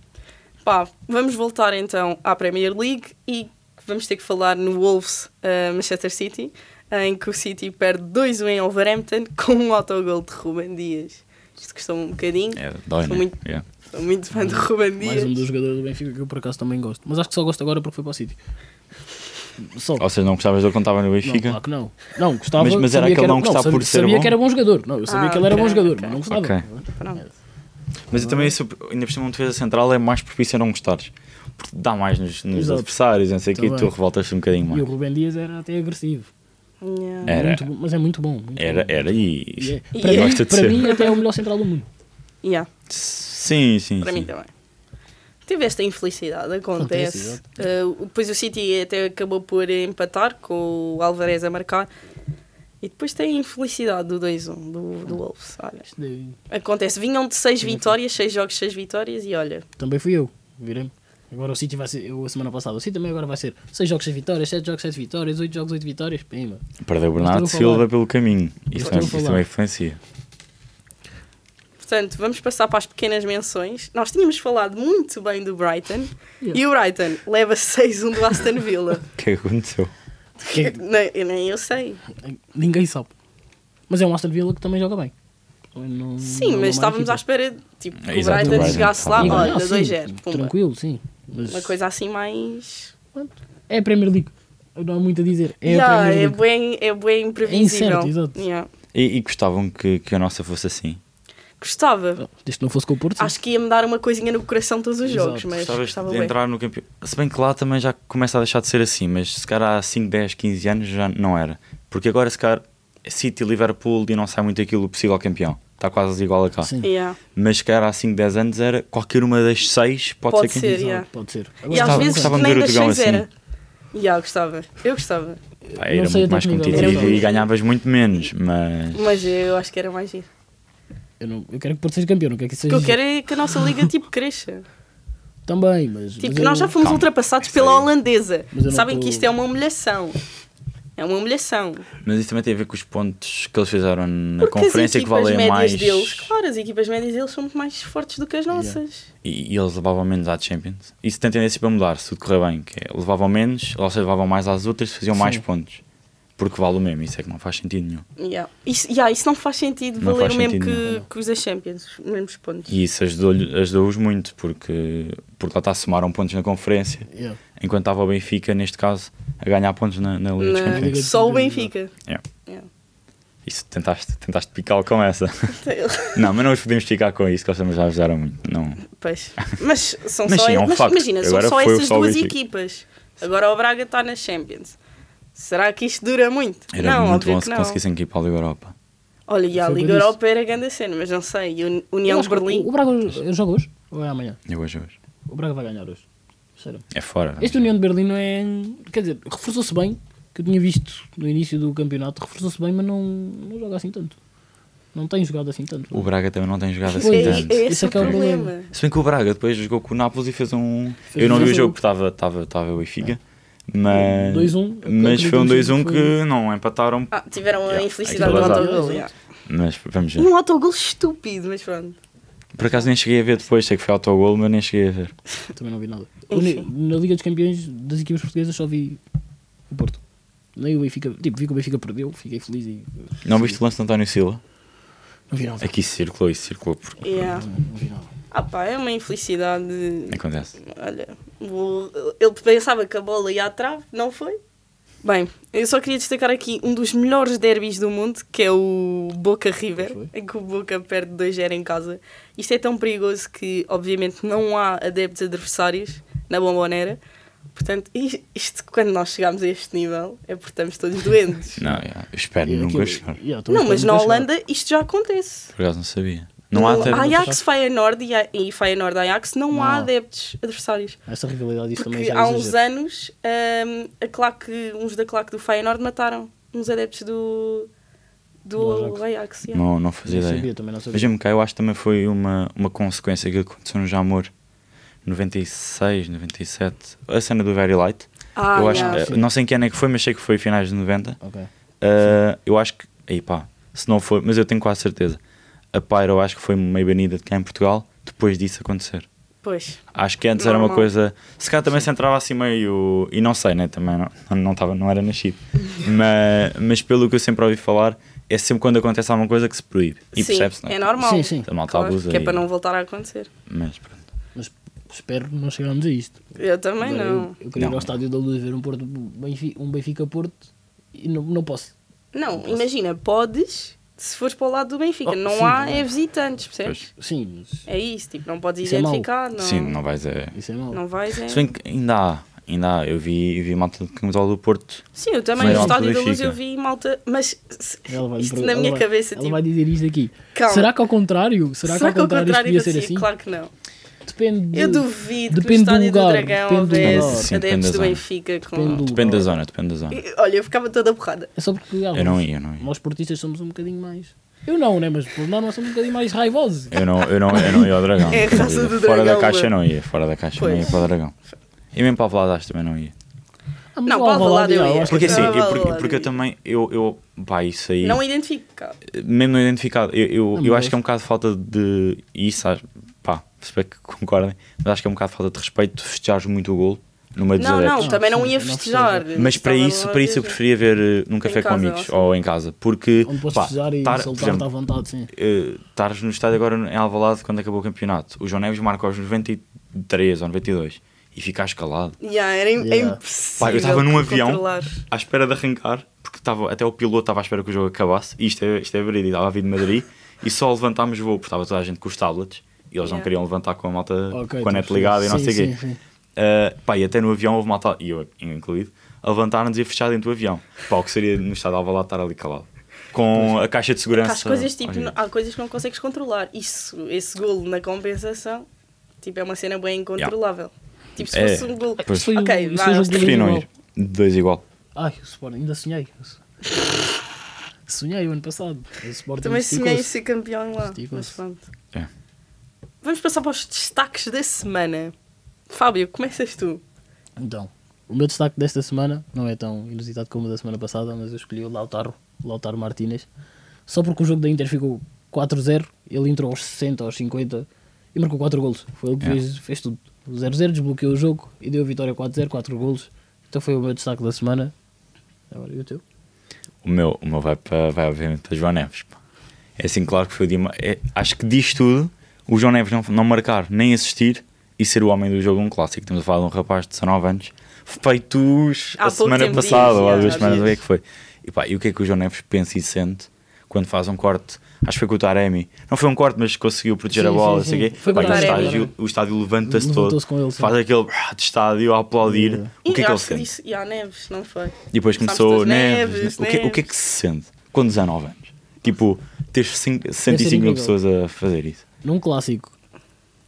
B: Pá, vamos voltar então à Premier League e vamos ter que falar no Wolves eh, Manchester City, em que o City perde 2-1 em Wolverhampton com um autogol de Ruben Dias. Isto custou um bocadinho.
D: É, dói,
B: Sou
D: né?
B: muito-
D: Yeah.
B: Sou muito fã de Ruben
C: Mais
B: Dias.
C: um dos jogadores do Benfica que eu por acaso também gosto. Mas acho que só gosto agora porque foi para o City. Só.
D: Ou seja, não gostavas dele quando estava no
C: não,
D: Benfica?
C: claro que não. Não, gostava.
D: Mas- mas era
C: sabia que
D: aquele não gostar
C: sabia,
D: por ser
C: sabia
D: bom?
C: que era bom jogador. Não, eu sabia
B: Ah,
C: que ele era bom
B: ok,
C: jogador,
B: ok.
C: mas não gostava.
D: Ok.
B: Pronto.
D: Mas eu também, sou- ainda por cima, um defesa central é mais propício a não gostares. Porque dá mais nos, nos
C: Exato. Tá
D: adversários, não sei o quê, e
C: Também.
D: tu revoltas-te um bocadinho
C: E o
D: mais.
C: Rubem Dias era até agressivo.
B: Yeah.
D: Era.
C: Muito bom, mas é muito bom. muito
D: Era,
C: bom.
D: era
C: E
D: e.
C: é- para
B: E
D: gosta
C: mim,
D: de
C: para
D: ser.
C: mim até é o melhor central do mundo.
B: Yeah,
D: Sim, sim.
B: para
D: sim.
B: mim também. Tive esta infelicidade,
C: Acontece,
B: acontece.
C: exato.
B: Eh, depois o City até acabou por empatar com o Alvarez a marcar. E depois tem a infelicidade do 2-1 do,
C: Hum.
B: do Wolves. Olha.
C: Isto é- daí-
B: Acontece, vinham de 6 vitórias, 6 jogos, 6 vitórias e olha,
C: Também fui eu, virei-me. Agora o City vai ser, eu a semana passada, o City também agora vai ser 6 jogos 6 vitórias, 7 jogos 7 vitórias, 8 jogos 8 vitórias, pima.
D: Perdeu o Bernardo
C: Mas estou a falar.
D: Silva pelo caminho. Isso
C: estou a
D: também, isso é
C: falar.
D: também influencia.
B: portanto, vamos passar para as pequenas menções. Nós tínhamos falado muito bem do Brighton
C: Yeah.
B: e o Brighton leva 6-1 do Aston Villa.
D: O que é que aconteceu?
C: Que-
B: nem, eu nem eu sei.
C: Ninguém sabe. Mas é um Aston Villa que também joga bem. Também não-
B: Sim,
C: não é uma
B: mas estávamos
C: equipa.
B: à espera tipo, que o
D: Exato, o
B: Brighton
D: Brighton,
B: chegasse lá,
D: claro.
C: Igual,
B: olha,
C: não, sim,
B: 2-0, pumba.
C: Tranquilo, sim. Mas
B: Uma coisa assim mais.
C: É a Premier League. Não há muito a dizer. É a
B: Yeah,
C: Premier
B: é,
C: League.
B: bem, é bem imprevisível.
C: incerto, exato.
B: Yeah.
D: E, e gostavam que, que a nossa fosse assim.
B: Gostava.
C: Ah, Desde que não fosse com o Porto. sim.
B: Acho que ia-me dar uma coisinha no coração todos os
C: Exato.
B: jogos, mas
D: Gostavas
B: gostava
D: de
B: bem.
D: entrar no campeão. Se bem que lá também já começa a deixar de ser assim, mas se calhar há 5, 10, 15 anos já não era. Porque agora se calhar City, Liverpool e não sai muito aquilo o possível campeão. Está quase igual a cá.
C: Sim.
B: Yeah.
D: Mas se calhar há 5, 10 anos era qualquer uma das 6 pode,
B: Pode ser,
D: ser, campeão.
C: Exato,
B: yeah.
C: Pode ser.
B: é, E às
D: Gostava-
B: vezes
D: gostava de
B: nem
D: ver o
B: das
D: Portugal
B: 6
D: assim.
B: era. Yeah, gostava. Eu gostava.
D: Pá, Ah, era
C: Não sei
D: muito
C: até
D: mais
C: que nível.
D: competitivo
B: Era-
D: e ganhavas muito menos, mas.
B: Mas eu acho que era mais giro.
C: Eu, não, eu quero que o Porto seja campeão, não quero que isso
B: O
C: seja.
B: que eu quero é que a nossa liga tipo cresça.
C: Também, mas. mas
B: Tipo,
C: eu
B: nós já
C: não-
B: fomos
D: Calma.
B: ultrapassados
D: Isso aí.
B: pela holandesa.
C: Mas eu não
B: Sabem
C: tô-
B: que isto é uma humilhação. É uma humilhação.
D: Mas isso também tem a ver com os pontos que eles fizeram na
B: Porque
D: conferência
B: as
D: que
B: equipas
D: valem
B: médias
D: mais.
B: deles, claro, as equipas médias deles são muito mais fortes do que as nossas.
D: E, e eles levavam menos à Champions. Isso tem tendência para mudar, se tudo correr bem. Que é, levavam menos, ou seja, levavam mais às outras, faziam mais pontos. Porque vale o mesmo, isso é que não faz sentido nenhum.
B: Yeah. Isso, yeah, isso não faz sentido
D: Não
B: valer
D: faz
B: o mesmo
D: sentido
B: que,
D: nenhum.
B: que os da Champions, os mesmos pontos.
D: E isso ajudou-lhe- ajudou-os muito, porque, porque lá está, somaram pontos na conferência,
C: Yeah.
D: enquanto estava o Benfica, neste caso, a ganhar pontos na, na Liga dos
B: Na-
D: Campeões.
B: só o Benfica.
D: Yeah.
B: Yeah.
D: Isso tentaste, tentaste picá-lo com essa. não, mas não os podemos ficar com isso, que eles também já ajudaram muito. Não.
B: Pois. Mas são
D: Mas
B: só
D: sim, é um
B: mas
D: facto.
B: imagina, são
D: Agora
B: só
D: foi
B: essas
D: só o
B: duas
D: Benfica.
B: equipas. Agora o Braga está na Champions. Será que isto dura muito?
D: Era
B: não,
D: muito
B: óbvio
D: bom
B: que
D: se
B: não.
D: conseguissem ir para a Liga Europa.
B: Olha, e a
C: Foi por
B: Liga
C: isso.
B: Europa era grande cena, mas não sei. Uni-
C: Eu
B: União
C: acho que o-
B: Berlim.
C: O Braga hoje- joga hoje? Ou é amanhã?
D: Eu hoje, hoje.
C: O Braga vai ganhar hoje. Sério.
D: É fora. vamos
C: Ah. Este União de Berlim não é. Quer dizer, reforçou-se bem, que eu tinha visto no início do campeonato, reforçou-se bem, mas não, não joga assim tanto. Não tem jogado assim tanto.
D: O Braga também não tem jogado assim
B: É,
D: tanto.
B: é esse
C: Isso é
B: o
C: que é o
B: problema.
D: Se bem que o Braga depois jogou com o Nápoles e fez um.
C: Fez
D: eu não
C: um
D: vi o
C: dois a um. É.
D: jogo porque estava tava, tava eu e Figa. Mas,
C: 2-1, eu
D: mas foi um
C: acredito
D: 2-1
C: que
D: que não empataram.
B: Ah, tiveram
D: Yeah,
B: a infelicidade do
D: aquilo é azar.
B: autogol. yeah.
D: Mas vamos ver.
B: Um autogol estúpido, mas pronto.
D: Por acaso nem cheguei a ver depois, sei que foi autogol, mas nem cheguei a ver.
C: Também não vi nada.
B: Enfim.
C: Eu ne- na Liga dos Campeões das equipas portuguesas só vi o Porto. Nem o Benfica. Tipo, vi que o Benfica perdeu, fiquei feliz e.
D: Não viste o lance de António Silva?
C: Não vi nada.
D: Aqui circulou, isso circulou, porque
B: Yeah.
C: Não, não vi nada.
B: Ah pá, é uma infelicidade.
D: acontece.
B: Olha, o- ele pensava que a bola ia à trave, não foi? Bem, eu só queria destacar aqui um dos melhores derbys do mundo, que é o Boca River,
C: Foi.
B: em que o Boca perde 2-0 em casa. Isto é tão perigoso que, obviamente, não há adeptos adversários na bombonera. Portanto, i- isto, quando nós chegarmos a este nível, é porque estamos todos doentes.
D: Não, yeah, eu espero
C: E
D: é nunca
C: aquilo-
D: chegar.
C: yeah, também
B: não, mas
C: espero
B: na
C: nunca chegar.
B: Holanda isto já acontece.
D: Por acaso não sabia. Não há
B: No
D: até.
C: ah,
B: Ajax, Feyenoord e, A- e Feyenoord Ajax não, há
C: Não.
B: adeptos adversários.
C: Essa rivalidade isso também
B: Porque
C: já é
B: há uns
C: exagero.
B: anos hum, a claque, uns da claque do Feyenoord mataram uns adeptos do, do,
C: Do Ajax.
B: Ajax. yeah.
D: Não, não fazia
C: Não
D: ideia.
C: é, sabia, também não sabia.
D: Veja-me cá, eu acho que também foi uma, uma consequência que aconteceu no Jamor 96, 97, a cena do Very Light.
B: Ah,
D: eu acho,
B: yeah.
D: é eh, não sei em que ano é que foi, mas sei que foi finais de 90.
C: Ok.
D: Ah, eu acho que aí pá, se não foi, mas eu tenho quase certeza. A Pyro acho que foi meio banida de cá em Portugal depois disso acontecer.
B: Pois.
D: Acho que antes era uma
B: Normal.
D: coisa. Se calhar também se entrava assim meio. E não sei, né? Também não, não, tava, não era nascido. mas, mas pelo que eu sempre ouvi falar, é sempre quando acontece alguma coisa que se proíbe. E
B: sim,
D: percebe-se, não
B: é normal.
C: Sim, sim.
D: A malta
B: Claro,
D: abusa.
B: que é
D: e-
B: para não voltar a acontecer.
D: Mas pronto.
C: Mas espero não chegarmos a isto.
B: Eu também
C: Agora,
B: não.
C: Eu, eu queria ir
D: Não.
C: ao estádio da Luz ver um, Porto, Benfica, um Benfica Porto e não, não posso.
B: Não, imagina, podes se fores para o lado do Benfica.
C: Oh,
B: não
C: sim,
B: há
C: também.
B: é visitantes, percebes?
C: Sim, mas
B: É isso, tipo, não podes
C: Isso é mau.
B: identificar, não,
D: Sim, não vais a.
C: isso é mau.
B: não vais. É...
D: Se bem que ainda há, ainda há. Eu vi, vi malta de camisola do Porto.
B: Sim, eu também
D: Vai
B: no
D: ao
B: estádio da luz
D: é um Benfica.
B: eu vi malta, mas se-
C: Ela vai-
B: isto
C: ela
B: na minha
C: vai-
B: cabeça,
C: Ela
B: tipo,
C: vai dizer isto aqui.
B: Calma.
C: Será que ao contrário? Será, que ao contrário, isto podia ser assim?
B: Claro que não.
C: Depende. de-
B: Eu duvido que o
C: depende do
B: estádio do,
C: lugar,
B: Dragão
C: depende do lugar.
B: houvesse
D: Sim,
B: adeptos
D: depende
B: do
D: da zona.
B: Benfica
C: Depende
B: com.
C: do-
D: Depende da zona, depende da zona.
B: E, Olha, eu ficava toda borrada.
C: É só porque ah,
D: Eu não ia, eu não ia.
C: nós portistas somos um bocadinho mais. Eu não, né? Mas por norma somos um bocadinho mais raivosos.
D: Eu não, eu, não, eu não ia ao dragão.
B: É a raça do
D: Fora
B: dragão,
D: da caixa
B: mano.
D: não ia, fora da caixa não
B: Pois.
D: ia para o dragão. E mesmo para a Vladas também não ia.
C: Ah, mas
B: Não,
C: o
B: para
C: Alvalade,
B: Alvalade eu ia.
C: acho que
D: Porque assim,
B: Não,
D: eu, porque,
B: Alvalade.
D: porque eu também, eu, eu, pá, isso aí,
B: Não identifico.
D: mesmo não identificado, eu, eu,
C: Não,
D: eu
C: mas-
D: acho que é um bocado falta de, e isso, acho- pá, espero que concordem, mas acho que é um bocado falta de respeito de festejares muito o golo no meio dos
B: Não,
D: adeptos.
B: não, também não
C: Não,
B: ia
C: não
B: festejar.
D: é Mas para
B: Estava
D: isso,
B: lá
D: para isso eu
B: mesmo.
D: preferia ver eh, num café com
B: casa,
D: amigos
B: assim.
D: ou em casa, porque
C: onde podes
D: pá,
C: festejar e
D: tar- por
C: soltar-te à
D: exemplo,
C: vontade, sim.
D: eh, estares no estádio agora em Alvalade quando acabou o campeonato. O João Neves marca aos 93 ou 92 e ficaste calado.
B: Yeah, era im- é
C: Yeah.
B: impossível.
D: Pá, eu estava num avião
B: controlar.
D: à espera de arrancar, porque estava, até o piloto estava à espera que o jogo acabasse. E isto é, isto é verídico, estava a vir de Madrid e só levantámos voo porque estava toda a gente com os tablets e eles não
B: Yeah.
D: queriam levantar com a malta
C: Ok,
D: com a
C: estou
D: net
C: a
D: ligada e não
C: perceber.
D: sei o
C: Sim,
D: quê.
C: sim, sim.
D: Uh, pá, e até no avião houve malta, e eu incluído, a levantar-nos e a fechar dentro do avião. Pá, o que seria no estado de Alvalade estar ali calado. Com a caixa de segurança.
B: Há coisas, tipo,
D: aos
B: não- há coisas que não consegues controlar. Isso, esse golo na compensação, tipo, é uma cena bem incontrolável. Tipo, se
D: É.
B: fosse um golo.
D: Pois.
C: Isso foi o-
B: Ok,
C: isso
B: vá,
C: foi
B: mas
C: o jogo do
D: Preferi não
C: Benfica.
D: ir. Dois igual.
C: Ai, o Sporting, ainda sonhei. Sonhei o ano passado. O Sporting
B: Também sonhei em
C: esticou-se.
B: ser campeão lá.
C: Esticou-se.
B: Mas pronto.
D: É.
B: Vamos passar para os destaques da semana. Fábio, começas tu.
C: Então, o meu destaque desta semana não é tão inusitado como o da semana passada, mas eu escolhi o Lautaro, Lautaro Martínez. Só porque o jogo da Inter ficou 4-0, ele entrou aos 60, aos 50 e marcou 4 golos. Foi ele que
D: Yeah.
C: fez, fez tudo. O 0-0 desbloqueou o jogo e deu a vitória 4-0, 4 golos. Então foi o meu destaque da semana. Agora e o teu?
D: O meu, o meu vai, para, vai obviamente para João Neves. pá. É assim, claro que foi o dia. ma- é- acho que diz tudo o João Neves não, não marcar, nem assistir e ser o homem do jogo um clássico. Estamos a falar de um rapaz de 19 anos, feitos
B: Há
D: a
B: pouco
D: semana
B: tempo
D: passada
B: disso,
D: ou há
B: já,
D: duas
B: há
D: semanas, o que é
B: dias.
D: que foi? E, pá, e o que é que o João Neves pensa e sente quando faz um corte? Acho que foi com o Taremi. Não foi um corte, mas conseguiu proteger
C: Sim,
D: a bola,
C: sim,
D: não sei o
C: sim.
D: quê.
C: Foi com
D: Pá, e
B: o
D: o
B: Taremi. é?
D: estádio, o estádio levanta-se todo,
C: Levantou-se com ele, sim.
D: faz aquele brrr de estádio a aplaudir.
C: Yeah.
D: O que é
B: Eu
D: que ele
B: acho
D: sente?
B: disse, e há neves, não foi?
D: E depois
B: Sabes
D: começou
B: todas
D: Neves.
B: neves, né?
D: ne- o, que, o que é que se sente com 19 anos? Tipo, tens cinco- 65 mil
C: incrível.
D: pessoas a fazer isso.
C: Num clássico,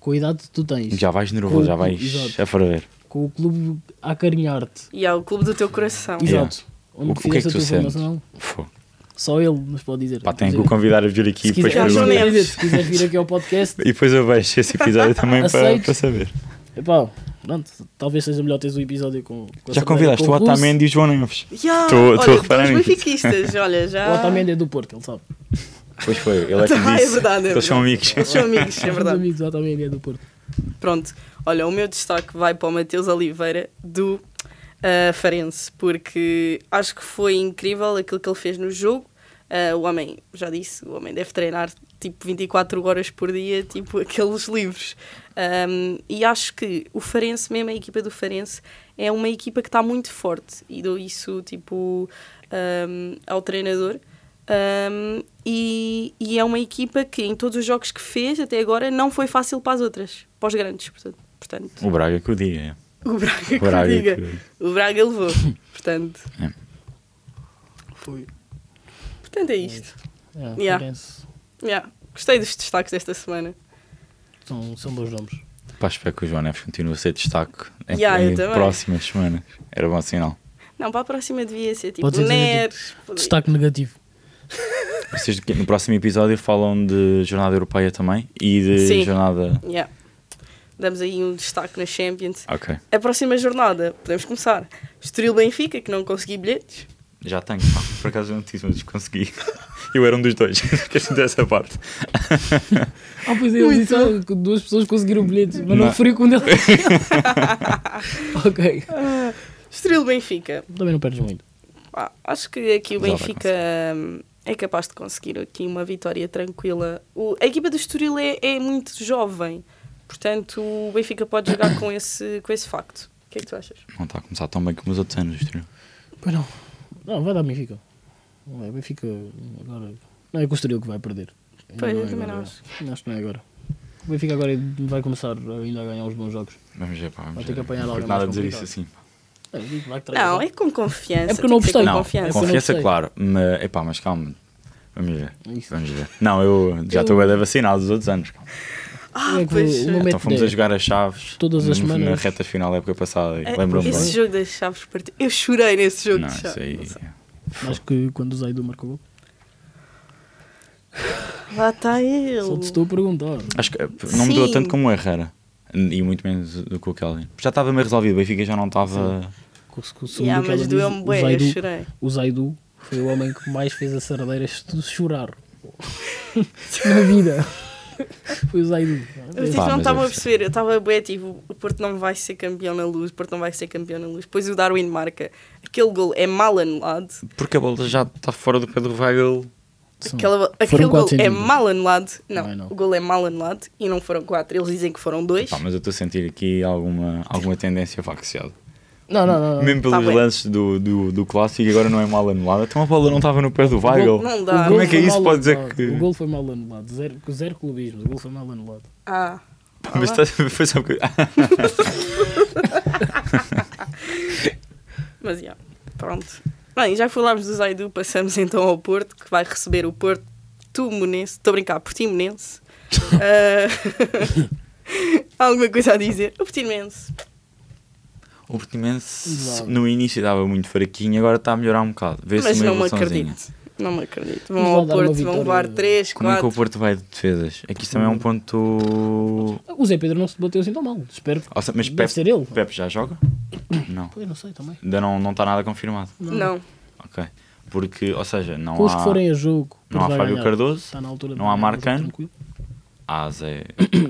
C: com a idade que tu tens,
D: Já vais nervoso, já vais
C: Exato.
D: a ferver.
C: com o clube a carinhar-te.
B: E há o clube do teu coração.
D: Yeah.
C: Exato. Onde
D: É. O, que- o que é
C: fizeste
D: que
C: a
D: tu
C: tua
D: sentes?
C: formação,
D: Fogo.
C: só ele nos pode dizer.
D: Pá, tenho que o
C: Inclusive.
D: convidar a vir aqui e
C: é- Se
D: depois
C: quiser-
B: quiseres-
D: pergunto.
B: pergunta.
C: quer dizer, se quiseres vir aqui ao podcast,
D: E depois eu vejo esse episódio também para,
C: Aceito.
D: para saber.
C: epá, pronto, talvez seja melhor teres um episódio com, com a
D: Já
C: Sabrina
D: convidaste o
C: Confuso.
D: Otamendi e o João Neves.
B: Ya,
D: Tô- tô a
B: olha,
D: reparar
B: dois
D: nisso.
B: benfiquistas, olha, já.
C: O Otamendi é do Porto, ele sabe.
D: Pois foi, ele é que
B: Ah,
D: me
B: é
D: disse.
B: verdade, é
D: Eles são amigos.
B: Eles são amigos, é
C: Os meus
B: verdade.
C: amigos, o Otamendi é do Porto.
B: Pronto, olha, o meu destaque vai para o Mateus Oliveira do ah, Farense, porque acho que foi incrível aquilo que ele fez no jogo. Ah, o homem, já disse, o homem deve treinar tipo 24 horas por dia, tipo aqueles livros. Ahm, e acho que o Farense, mesmo a equipa do Farense, é uma equipa que está muito forte e dou isso tipo ahm, ao treinador. Um, e, e é uma equipa que em todos os jogos que fez até agora não foi fácil para as outras, para os grandes, portanto. portanto
D: O Braga é que o diga.
B: o Braga que
D: Braga
B: o diga.
D: que-
B: O Braga levou. Portanto,
C: Foi.
B: portanto é isto.
C: É,
B: Yeah.
C: Farense.
B: Yeah. Gostei dos destaques desta semana.
C: São, são bons nomes.
D: é. Pá, espero que o João Neves continue a ser destaque em,
B: Yeah, eu
D: em
B: também.
D: próximas semanas. Era bom sinal.
B: Não, para a próxima devia ser tipo
C: Pode ser
B: Neres. pode-
C: Destaque negativo.
D: Vocês no próximo episódio falam de jornada europeia também e de
B: Sim.
D: jornada.
B: Yeah. Damos aí um destaque na Champions.
D: Ok.
B: A próxima jornada, podemos começar. Estoril Benfica, que não consegui bilhetes.
D: Já tenho. pá. por acaso eu não tive, mas consegui. Eu era um dos dois. Esqueci dessa parte.
C: Ah, pois é, ele disse ah, que duas pessoas conseguiram bilhetes, mas não,
D: Não.
C: referiu com um deles. ok.
B: Estoril Benfica.
C: Também não perdes muito.
B: Pá, acho que aqui o
D: Mas ela vai
B: Benfica hum, é capaz de conseguir aqui uma vitória tranquila. O- a equipa do Estoril é, é muito jovem, portanto o Benfica pode jogar com esse, com esse facto. O que é que tu achas?
D: Não está a começar tão bem como os outros anos, Estoril.
C: Pois não. Não, vai dar Benfica. Não é, Benfica agora. Não é com o Estoril que vai perder. Ainda
B: Pois,
C: não
B: eu
C: é
B: também
C: agora.
B: não acho.
C: Acho que não é agora. O Benfica agora vai começar ainda a ganhar uns bons jogos.
D: Vamos ver, pá. Vamos
C: Vai ter
D: ver.
C: que apanhar
D: não
C: alguém
D: foi nada
C: mais
D: dizer isso
C: complicado.
D: assim. pá.
C: É, o Benfica vai que traz
B: Não,
C: agora.
B: é com confiança.
C: É porque eu não
B: tem que ser
C: apostei.
B: com
D: Não,
B: confiança.
C: eu não
D: confiança,
C: sei.
D: claro. Mas, epá, mas calma. Vamos ver.
C: É Isso.
D: Vamos ver. Não, eu
C: Eu-
D: já estou bem vacinado dos outros anos. calma.
B: Ah,
C: É que
B: pois,
C: o meu
B: é.
C: mete
D: Então fomos a
C: 10.
D: jogar as chaves
C: Todas as
D: na- na
C: semanas.
D: reta final da época passada. e
B: É,
D: Lembram-me
B: Esse
D: bem.
B: jogo das chaves partidas. Eu chorei nesse jogo
D: Não,
B: de chaves.
D: isso aí.
C: Acho que quando o Zaidu marcou o gol.
B: Lá está ele.
C: Só te estou a perguntar.
D: Acho que eh, não me mudou
B: Sim.
D: tanto como o Herrera. E muito menos do que o Kelvin. Já estava meio resolvido. O Benfica já não estava.
C: Com- com- segundo
B: Yeah,
C: o que ela
B: mas
C: diz,
B: doeu-me
C: o
B: bué, eu
C: Zaidu-
B: chorei.
C: O Zaidu foi o homem que mais fez a Sardeira estu- chorar na vida. Foi o Zaidu.
B: Mas
D: Pá,
B: tipo, não
D: mas
B: estava a
D: é
B: perceber, eu estava bem tipo, o Porto não vai ser campeão na luz, o Porto não vai ser campeão na luz. Depois o Darwin marca, aquele gol é mal anulado,
D: Porque a bola já está fora do pé do Weigl.
C: São-
B: Aquela, aquele
C: foram
B: gol
C: quatro
B: é
C: centímetros.
B: mal anulado. Não,
C: Não é, não.
B: o gol é mal anulado e não foram quatro, eles dizem que foram dois.
D: Pá, mas eu estou a sentir aqui alguma, alguma tendência facciada.
C: Não, não, não. não.
D: Mesmo
B: Tá
D: pelos
B: bem.
D: lances do, do, do clássico, agora não é mal anulada. Então a bola não estava no pé do Weigl.
B: Não
C: O
B: dá.
C: gol
D: Como é que
C: foi
D: é isso?
C: mal
D: Pode dizer
C: anulado.
D: que-
C: O gol foi mal anulado. Zero, zero clubismo. O gol foi mal anulado.
B: Ah,
D: Mas
B: Olá.
D: tá- foi só porque-
B: mas já, pronto. Bem, já que falámos do Zaidu, passamos então ao Porto, que vai receber o Porto Tumonense. Estou a brincar, Portimonense. Há alguma coisa a dizer? O Portimonense.
D: O Portimense
C: Exato.
D: no início estava muito fraquinho, agora está a melhorar um bocado. Vê-se
B: Mas
D: uma
B: não me
D: evoluçãozinha.
B: acredito. Não me acredito.
C: Vamos
B: Vão
C: lá
B: ao
C: dar uma
B: Porto, vão
C: vitória.
B: levar 3,
D: Como é que o
B: 4.
D: Porto vai de defesas? Aqui isso também é um ponto.
C: O Zé Pedro não se bateu assim tão mal. Espero que.
D: Ou seja, mas
C: Deve
D: Pep,
C: ser ele.
D: Pep já joga? Não.
C: Pois, não sei também.
D: Ainda não, não está nada confirmado.
B: Não.
D: Ok. Porque, ou seja, não
C: Com os que
D: há.
C: forem a jogo.
D: não há
C: vai
D: Fábio
C: ganhar.
D: Cardoso,
C: Está na altura de
D: não há
C: ganhar,
D: Marcano.
C: tranquilo.
D: Há Zé,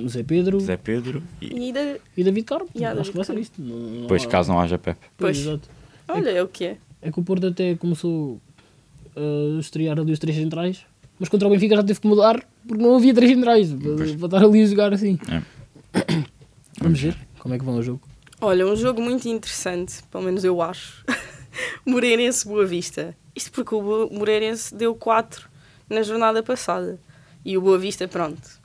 C: O Zé Pedro
D: Zé Pedro e.
B: E ainda,
C: e David Carmo.
B: E há
C: Acho
B: David
C: que vai ser
B: Carmo.
C: isto. Não- não
D: Depois,
C: há-
D: caso não haja Pep.
B: Pois.
C: exato.
B: olha, é o que é.
C: É que o Porto até começou a estrear ali os três centrais, mas contra o Benfica já teve que mudar porque não havia três centrais para, para estar ali a jogar assim.
D: É.
C: Vamos ver como é que vão o jogo.
B: Olha, um jogo muito interessante, pelo menos eu acho. Moreirense Boa Vista. Isto porque o Bo- Moreirense deu 4 na jornada passada. E o Boa Vista, pronto.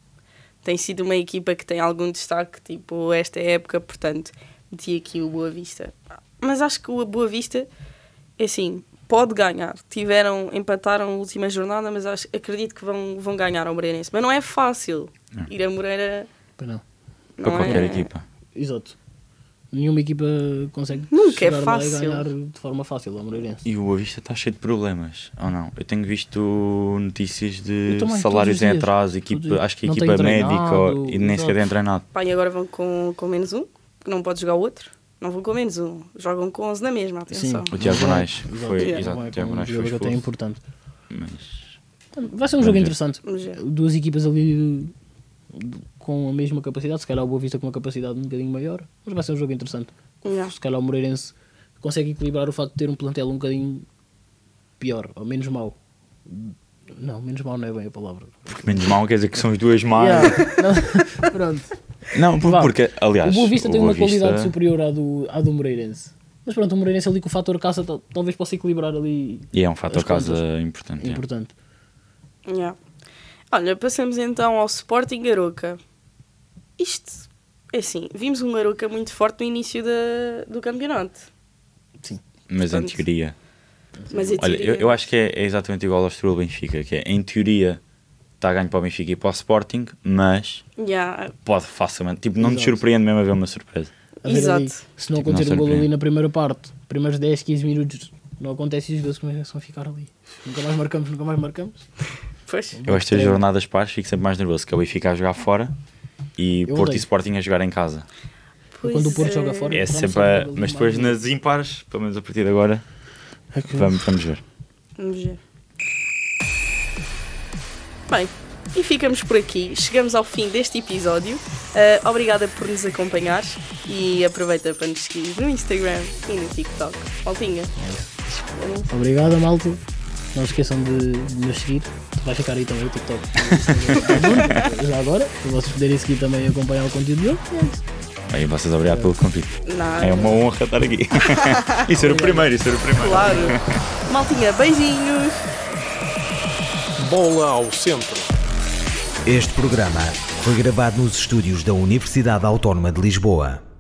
B: Tem sido uma equipa que tem algum destaque, tipo, esta época, portanto, meti aqui o Boa Vista. Mas acho que o Boa Vista, é assim, pode ganhar. Tiveram, empataram a última jornada, mas acho, acredito que vão, vão ganhar ao Moreirense. Mas não é fácil ir a Moreira.
C: Pois não.
D: Para
B: não
D: qualquer
B: é-
D: equipa.
C: Exato. Nenhuma equipa consegue
B: Nunca é
C: chegar lá e
B: fácil.
C: ganhar de forma fácil ao Moreirense.
D: E o Boa Vista está cheio de problemas, ou não? Eu tenho visto notícias de
C: Eu também, todos os
D: salários em
C: dias.
D: atraso,
C: Todos os
D: equipa, acho que a
C: dias. Não
D: equipa
C: tem
D: médica
C: treinado,
D: ou- e nem sequer
C: exato.
D: tem treinado.
B: Pá, e agora vão com, com menos um, porque não pode jogar o outro. Não vão com menos um. Jogam com 11 na mesma, atenção.
D: O Tiago Moraes foi-
C: Exato,
D: exato,
C: é
D: o Tiago
C: um
D: Moraes foi
C: jogador até
D: expulso.
C: importante.
D: Mas
C: Vai ser um
D: Vamos
C: jogo
D: ver.
C: interessante.
B: Vamos ver.
C: Duas equipas ali com a mesma capacidade, se calhar o Boa Vista com uma capacidade um bocadinho maior, mas vai ser um jogo interessante.
B: Yeah.
C: Se calhar o Moreirense consegue equilibrar o facto de ter um plantel um bocadinho pior, ou menos mau. Não, menos mau não é bem a palavra.
D: porque menos mal quer dizer que são as duas más.
C: Yeah. Não, Pronto.
D: Não, por-
C: Vá.
D: porque, aliás,
C: o Boa Vista
D: o
C: tem
D: Boa
C: uma qualidade
D: Vista-
C: superior à do, à do Moreirense. Mas pronto, o Moreirense é ali com o fator caça tal- talvez possa equilibrar ali.
D: E é um fator
C: As contas.
D: causa importante. é.
C: Importante.
B: Yeah. Olha, passamos então ao Sporting Aroca. Isto, é assim, vimos um Aroca muito forte no início da, do campeonato.
C: Sim.
D: Mas em
B: Portanto,
D: teoria.
B: Mas eu
D: Olha, eu,
B: diria-
D: eu acho que é, é exatamente igual ao Estoril Benfica, que é em teoria está a ganho para o Benfica e para o Sporting, mas
B: Yeah,
D: pode facilmente. Tipo, não nos
C: Exato.
D: surpreende mesmo haver uma surpresa.
C: A ver
B: Exato.
C: ali, se não
D: Tipo, não
C: acontecer o gol ali
D: surpreende.
C: na primeira parte, primeiros 10, 15 minutos, não acontece e os gols começam a ficar ali. Nunca mais marcamos, nunca mais marcamos.
B: pois.
D: Eu estas
C: É.
D: jornadas pares fico sempre mais nervoso, que é o Benfica a jogar fora e
C: Eu
D: Porto e
C: odeio.
D: Sporting a jogar em casa.
B: Pois
C: Quando o Porto
B: é.
C: joga fora.
D: É
C: Vamos
D: sempre
C: ao
D: a-
C: jogo do
D: Mas depois
C: Mário.
D: nas impares, pelo menos a partir de agora,
C: É que-
D: Vamos, vamos ver.
B: Vamos ver. Bem, e ficamos por aqui. Chegamos ao fim deste episódio. Ah, obrigada por nos acompanhar e aproveita para nos seguir no Instagram e no TikTok. Maltinha.
C: Obrigado, malta. Não se esqueçam de de nos seguir. Vai ficar aí também o TikTok. Já agora, para vocês poderem seguir também e acompanhar o conteúdo dele.
D: Aí vocês obrigado pelo convite.
B: Nada.
D: É uma honra estar aqui. e ser o primeiro, e ser o primeiro.
B: Claro. Maltinha, beijinhos.
A: Bola ao centro.
E: Este programa foi gravado nos estúdios da Universidade Autónoma de Lisboa.